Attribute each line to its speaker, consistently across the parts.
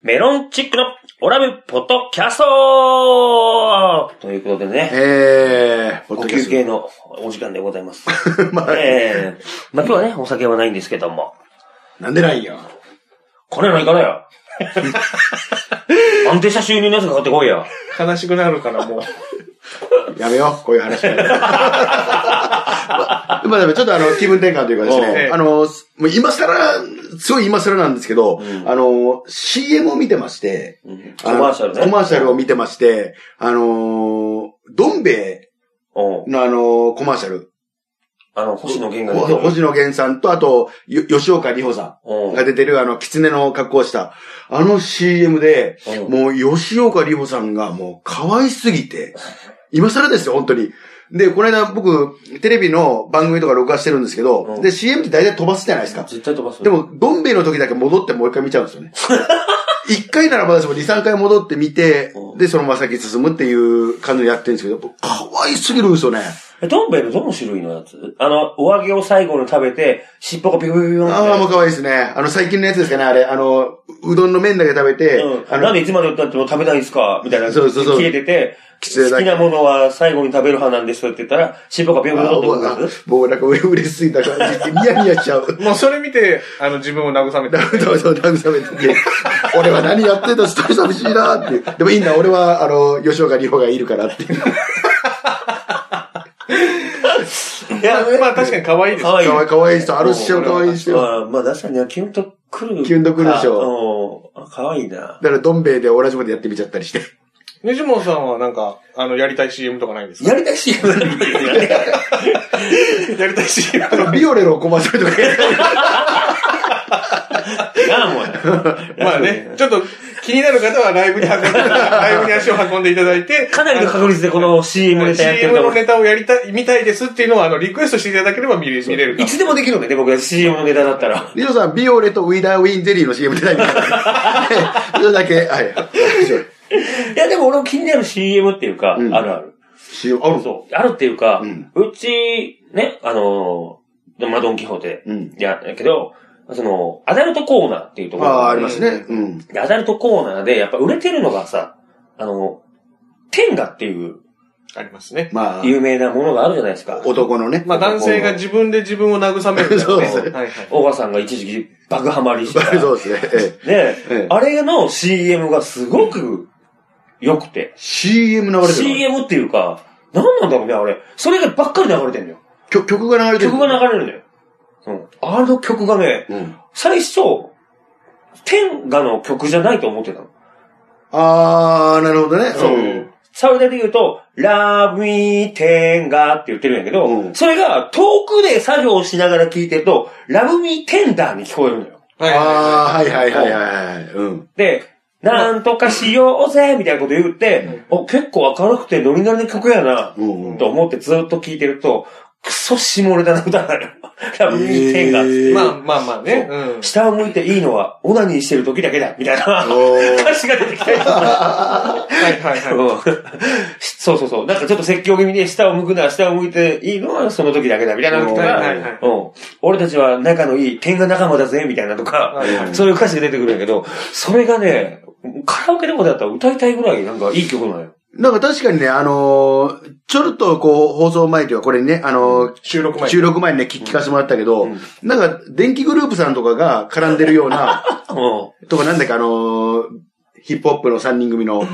Speaker 1: メロンチックのオラブポッドキャストということでね、
Speaker 2: えー、ポッ
Speaker 1: お
Speaker 2: ドキャ
Speaker 1: 休
Speaker 2: ス
Speaker 1: 憩のお時間でございます。
Speaker 2: ト まあ、
Speaker 1: ええまあ今日はね、お酒はないんですけども、
Speaker 2: なんでないよ。
Speaker 1: 金ないかな よ。安定した収入のやつが買ってこいよ。
Speaker 3: 悲しくなるからもう。
Speaker 2: やめよう、こういう話。 まあでもちょっとあの、気分転換というかです
Speaker 1: おうえ
Speaker 2: ね、
Speaker 3: え
Speaker 2: あの、すもう今更、すごい今更なんですけど、
Speaker 1: うん
Speaker 2: あの、CM を見てまして、
Speaker 1: コ
Speaker 2: あの
Speaker 1: マーシャルね。
Speaker 2: コマーシャルを見てまして、あの、どん兵
Speaker 1: うん
Speaker 2: 衛のあの、コマーシャル、
Speaker 1: あの、星野源が出て
Speaker 2: ほ
Speaker 1: る。
Speaker 2: 星野源さんと、あと、よ吉岡里帆さ
Speaker 1: うんん
Speaker 2: が出てる、あの、狐の格好をした、あの CM で、
Speaker 1: うん
Speaker 2: もう、吉岡里帆さんがもう可愛すぎて、今更ですよ、本当に。で、この間僕、テレビの番組とか録画してるんですけど、
Speaker 1: うん
Speaker 2: で、CM って大体飛ばすじゃないですか。
Speaker 1: 絶対飛ばす。
Speaker 2: で、も、どん兵衛の時だけ戻ってもう一回見ちゃうんですよね。一回ならまだしも二、三回戻って見て
Speaker 1: う、ん
Speaker 2: で、そのまま先進むっていう感じでやってるんですけど、可愛すぎるんですよね。
Speaker 1: え、どん兵衛のどの種類のやつあの、上着を最後に食べて、尻尾がピョピョピョピョン
Speaker 2: ああ、もう可愛いですね。あの、最近のやつですかね、あれ。あの、うどんの麺だけ食べて、
Speaker 1: う
Speaker 2: あ
Speaker 1: ん、なん
Speaker 2: の、
Speaker 1: でいつまで経っても食べないんですかみたいな。
Speaker 2: そうそうそう
Speaker 1: 切れてて、
Speaker 2: 失礼だ
Speaker 1: 好きなものは最後に食べる派なんですって言ったら、尻尾がビョビョビョって動くやつ
Speaker 2: もうなんか上嬉しすぎた感じで、ニヤニヤしちゃう。
Speaker 3: もうそれ見て、あの自分を慰めて。
Speaker 2: そうそう、慰めてて、俺は何やってんだ、すごい寂しいなっていう。でもいいんだ、俺は、あの、吉岡里帆がいるからっていう。
Speaker 1: いや、
Speaker 3: まあ確かに可愛いです。
Speaker 1: 可愛い
Speaker 2: かわいい、かわいい人、あるっしょ、
Speaker 3: もう
Speaker 2: かわいい人。だ
Speaker 1: あまあ確かにね、キュンとくる。
Speaker 2: キュンとくるでし
Speaker 1: ょ。うん。あ可愛いな。
Speaker 2: から、どん兵衛で同じことやってみちゃったりして。
Speaker 3: 西本さんはなんか、あの、やりたい CM とかないんですか
Speaker 1: やりたいし、やりたい。
Speaker 3: やりたい CM
Speaker 2: あの、ビオレのコマー シャルとかやったり
Speaker 1: なあ、もう。
Speaker 3: まあね、。ちょっと気になる方はライブに運んで、ライブに足を運んでいただいて、
Speaker 1: かなりの確率でこの CM ネタやってる
Speaker 3: CM
Speaker 1: と
Speaker 3: の
Speaker 1: 思う。
Speaker 3: ネタをやりたい、見たいですっていうのは、あの、リクエストしていただければ見れ見れるか
Speaker 1: いつでもできるんでね、僕は CM のネタだったら。
Speaker 2: リオさん、ビオレとウィダーウィンゼリーの CM 出たりとか。それだけ、はい。
Speaker 1: いや、でも俺も気になる CM っていうか、あ
Speaker 2: うん
Speaker 1: るある。
Speaker 2: CM、あるぞ。
Speaker 1: そう。あるっていうか、う
Speaker 2: うん
Speaker 1: ち、ね、あのー、まあ、ドンキホーテ。
Speaker 2: うん。
Speaker 1: や、だけど、その、アダルトコーナーっていうとこ
Speaker 2: あ
Speaker 1: ろ
Speaker 2: あ、ありますね。うん。
Speaker 1: でアダルトコーナーで、やっぱ売れてるのがさ、あの、天下っていう
Speaker 3: ありますね。
Speaker 2: まあ、
Speaker 1: 有名なものがあるじゃないですか。
Speaker 2: 男のね。
Speaker 3: まあ男性が自分で自分を慰めるみた
Speaker 2: そ
Speaker 3: いなね。
Speaker 2: うです
Speaker 3: はいはい。
Speaker 1: 大川さんが一時期爆ハマりしてた。
Speaker 2: そうですね。ええ
Speaker 1: ね、
Speaker 2: ええ
Speaker 1: あれの CM がすごく良くて。
Speaker 2: CM 流れてる
Speaker 1: CM っていうか、何なんだろうね、あれ。それがばっかり流れてんのよ。
Speaker 2: 曲曲が流れてる。
Speaker 1: 曲が流れるのよ。うん。あの曲がね、
Speaker 2: うん。
Speaker 1: 最初、天下の曲じゃないと思ってたの。
Speaker 2: ああ、なるほどね。
Speaker 1: そう
Speaker 2: うん
Speaker 1: サウダで言うと、ラブミーテンガーって言ってるんやけど、
Speaker 2: うん
Speaker 1: それが遠くで作業をしながら聞いてると、ラブミーテンダーに聞こえるのよ。
Speaker 3: はいはい
Speaker 2: ああ、
Speaker 3: は
Speaker 2: はいいはいはいはいはい。うん。
Speaker 1: で、なんとかしようぜみたいなこと言って、お結構明るくてノリノリの曲やな、
Speaker 2: うんうん
Speaker 1: と思ってずっと聞いてると、クソ下ネタな歌なのよ。ラブミーテンガーって。
Speaker 2: えー
Speaker 3: まあまあまあね。うん。
Speaker 1: 下を向いていいのは、オナニーしてる時だけだみたいな
Speaker 2: お ー
Speaker 1: 歌詞が出てきたりとか
Speaker 3: はいはいはい。
Speaker 1: うんそうそうそう。なんかちょっと説教気味で下を向くなら下を向いていいのはその時だけだ、みたいなのと
Speaker 3: はいは
Speaker 1: か、
Speaker 3: いはい。
Speaker 1: うん。俺たちは仲のいい天が仲間だぜ、みたいなとか、
Speaker 3: はいはい
Speaker 1: そういう歌詞が出てくるんやけど、それがね、カラオケとかだったら歌いたいぐらいなんかいい曲なのよ。
Speaker 2: なんか確かにね、あのーちょっとこう、放送前というか、これね、あのー
Speaker 3: 収録前。
Speaker 2: 収録前にね、聞聞かせてもらったけど、
Speaker 1: うん
Speaker 2: なんか、電気グループさんとかが絡んでるような、
Speaker 1: うん。
Speaker 2: とかなんだかあのーヒップホップの3人組の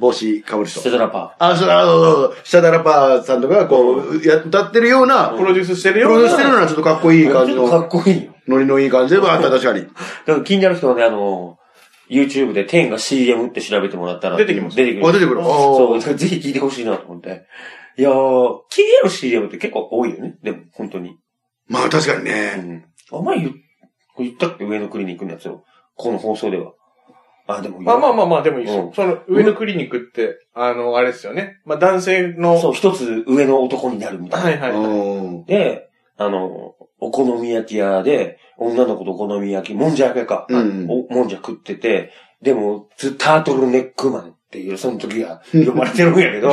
Speaker 2: 帽子被る人
Speaker 1: ス。テトラパ
Speaker 2: あ、そうだ、そうだシャダラパーさんとかがこう、や歌ってるような、
Speaker 3: プロデュースしてる
Speaker 2: プ
Speaker 3: よ
Speaker 2: ロ
Speaker 3: う
Speaker 2: デュー
Speaker 3: な
Speaker 2: スしてるような、ちょっとかっこいい
Speaker 1: ー。
Speaker 2: 感
Speaker 1: ち
Speaker 2: じ
Speaker 1: ょっとか
Speaker 2: の、
Speaker 1: っこいいよ。
Speaker 2: ノリのいい感じで、まあ、確かに。
Speaker 1: だから気になる人はね、あの、YouTube で天が CM って調べてもらったら。
Speaker 3: 出てきます
Speaker 1: 出てき
Speaker 2: あ、出てくる。あ
Speaker 1: そ
Speaker 2: ー
Speaker 1: う、ぜひ聞いてほしいなと思って。いやー、気になる CM って結構多いよね。でも、本当に。
Speaker 2: まあ、確かにね
Speaker 1: う。ん。あんまり言っ言ったっけ上のクリニックのやつを。この放送では。あ、でも
Speaker 3: まあまあ
Speaker 1: あ。
Speaker 3: まあまあ、でもいいです
Speaker 1: う
Speaker 3: よ。その、上のクリニックって、あの、あれですよね。まあ男性の、
Speaker 1: そう、一つ上の男になるみたいな。
Speaker 3: はいはいはい。
Speaker 2: うん
Speaker 1: で、あの、お好み焼き屋で、女の子とお好み焼き、もんじゃ焼けか。
Speaker 2: うん
Speaker 1: おもんじゃ食ってて、でも、ずタートルネックマンっていう、その時が呼ばれてるんやけど、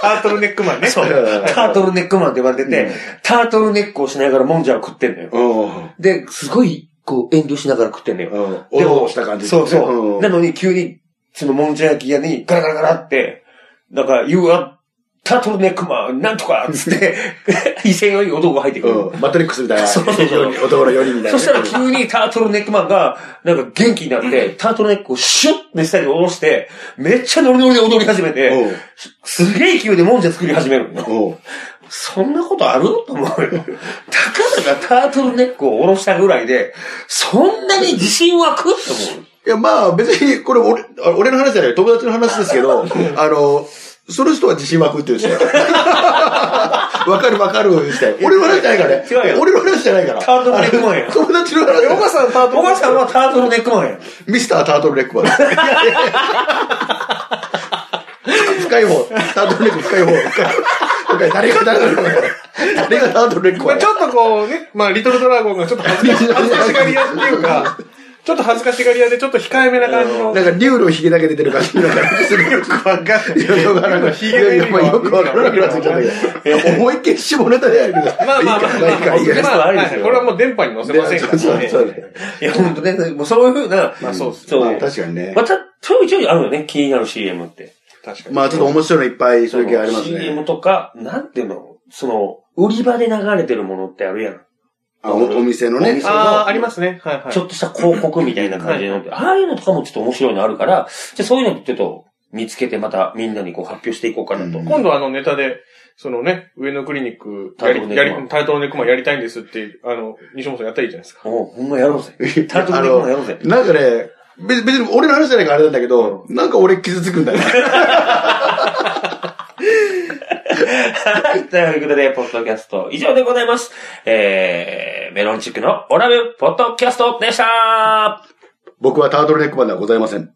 Speaker 3: タートルネックマンね。
Speaker 1: そうタートルネックマンって呼ばれてて、タートルネックをしながらもんじゃを食ってんのよ。
Speaker 2: うん。
Speaker 1: で、すごいこう遠慮しながら食ってんのよ。
Speaker 2: うん。お
Speaker 1: で
Speaker 2: ど
Speaker 1: も
Speaker 2: おした感じ
Speaker 1: そうそう。
Speaker 2: うん
Speaker 1: なのに急に、そのもんじゃ焼き屋にガラガラガラって、なんか、You are タートルネックマン、なんとかっつ って、威勢よい男が入ってくる。
Speaker 2: うん。マトリックスみたいな。
Speaker 1: そうそうそう
Speaker 2: 男のよりみたい
Speaker 1: そ
Speaker 2: なね。
Speaker 1: したら急にタートルネックマンが、なんか元気になって、タートルネックをシュッて下に下ろして、めっちゃノリノリで踊り始めて、すげえ勢いでもんじゃ作り始めるの
Speaker 2: うん。うん。
Speaker 1: そんなことあると思うよ。たかだかタートルネックを下ろしたぐらいで、そんなに自信湧くと思う。
Speaker 2: いや、まあ、別に、これ俺、あ俺の話じゃない、友達の話ですけど、あの、その人は自信湧くってい う人。わかるわかるしたよ。俺の話じゃないからね。
Speaker 1: 違うよ
Speaker 2: 俺の話じゃないから。
Speaker 1: タートルネックマンや
Speaker 2: あの友達の話。
Speaker 3: 岡さん、パート
Speaker 1: お母さんはタートルネックマンや。
Speaker 2: ミスタータートルネックマン。深い方。タートルネック深い方。深い深い誰がタートルネックマン誰がタートルネック
Speaker 3: ま
Speaker 2: マ
Speaker 3: あ
Speaker 2: ン
Speaker 3: ちょっとこうね、まあ、リトルドラゴンがちょっと恥ずかし恥ずかしがり屋っていうか、ちょっと恥ずかしがり屋でちょっと控えめな感じの
Speaker 2: な。んか、竜のひげだけ出てる感じの感じする。よくわかんない。よくわからなくなってきちゃったけど。思いっきり下ネタでやるけど。
Speaker 3: まあまあまあまあ、まあ
Speaker 2: いいかいいかい
Speaker 1: い
Speaker 2: いか
Speaker 1: い
Speaker 3: は
Speaker 1: です
Speaker 3: い
Speaker 1: よ
Speaker 3: これはもう電波に乗せませんから
Speaker 2: そう
Speaker 3: ね。
Speaker 2: そうね。
Speaker 1: いや、ほんとね、もうそういうふうな、
Speaker 3: まあそうですね。
Speaker 1: そう
Speaker 2: まあ確かにね
Speaker 1: ま。た、ちょいちょいあるよね、気になる CM って。
Speaker 3: 確かに。
Speaker 2: まあちょっと面白いのいっぱい、そういう系あります
Speaker 1: その CM
Speaker 2: ね。
Speaker 1: とか、なんていうのその、売り場で流れてるものってあるやん。
Speaker 2: あおお店の
Speaker 1: お
Speaker 2: ね
Speaker 1: 店。
Speaker 3: ああ、ありますね。はいはい。
Speaker 1: ちょっとした広告みたいな感じのって、ああいうのとかもちょっと面白いのあるから、じゃあそういうのちょっと見つけてまたみんなにこう発表していこうかなと。
Speaker 2: うん
Speaker 3: 今度あのネタで、そのね、上野クリニックやり、や
Speaker 1: タイトルネックマ
Speaker 3: り、タイトルネックマンやりたいんですって、あの、西本さんやったらいいじゃないですか。
Speaker 1: おうほんまやろうぜ。タルトルネックマンやろうぜ。
Speaker 2: なんかね、別別に俺の話じゃないからあれなんだけど、なんか俺傷つくんだよね。
Speaker 1: はい。 ということで、ポッドキャスト以上でございます。えー、メロンチックのオラブポッドキャストでした
Speaker 2: 僕はタートルネックマンではございません。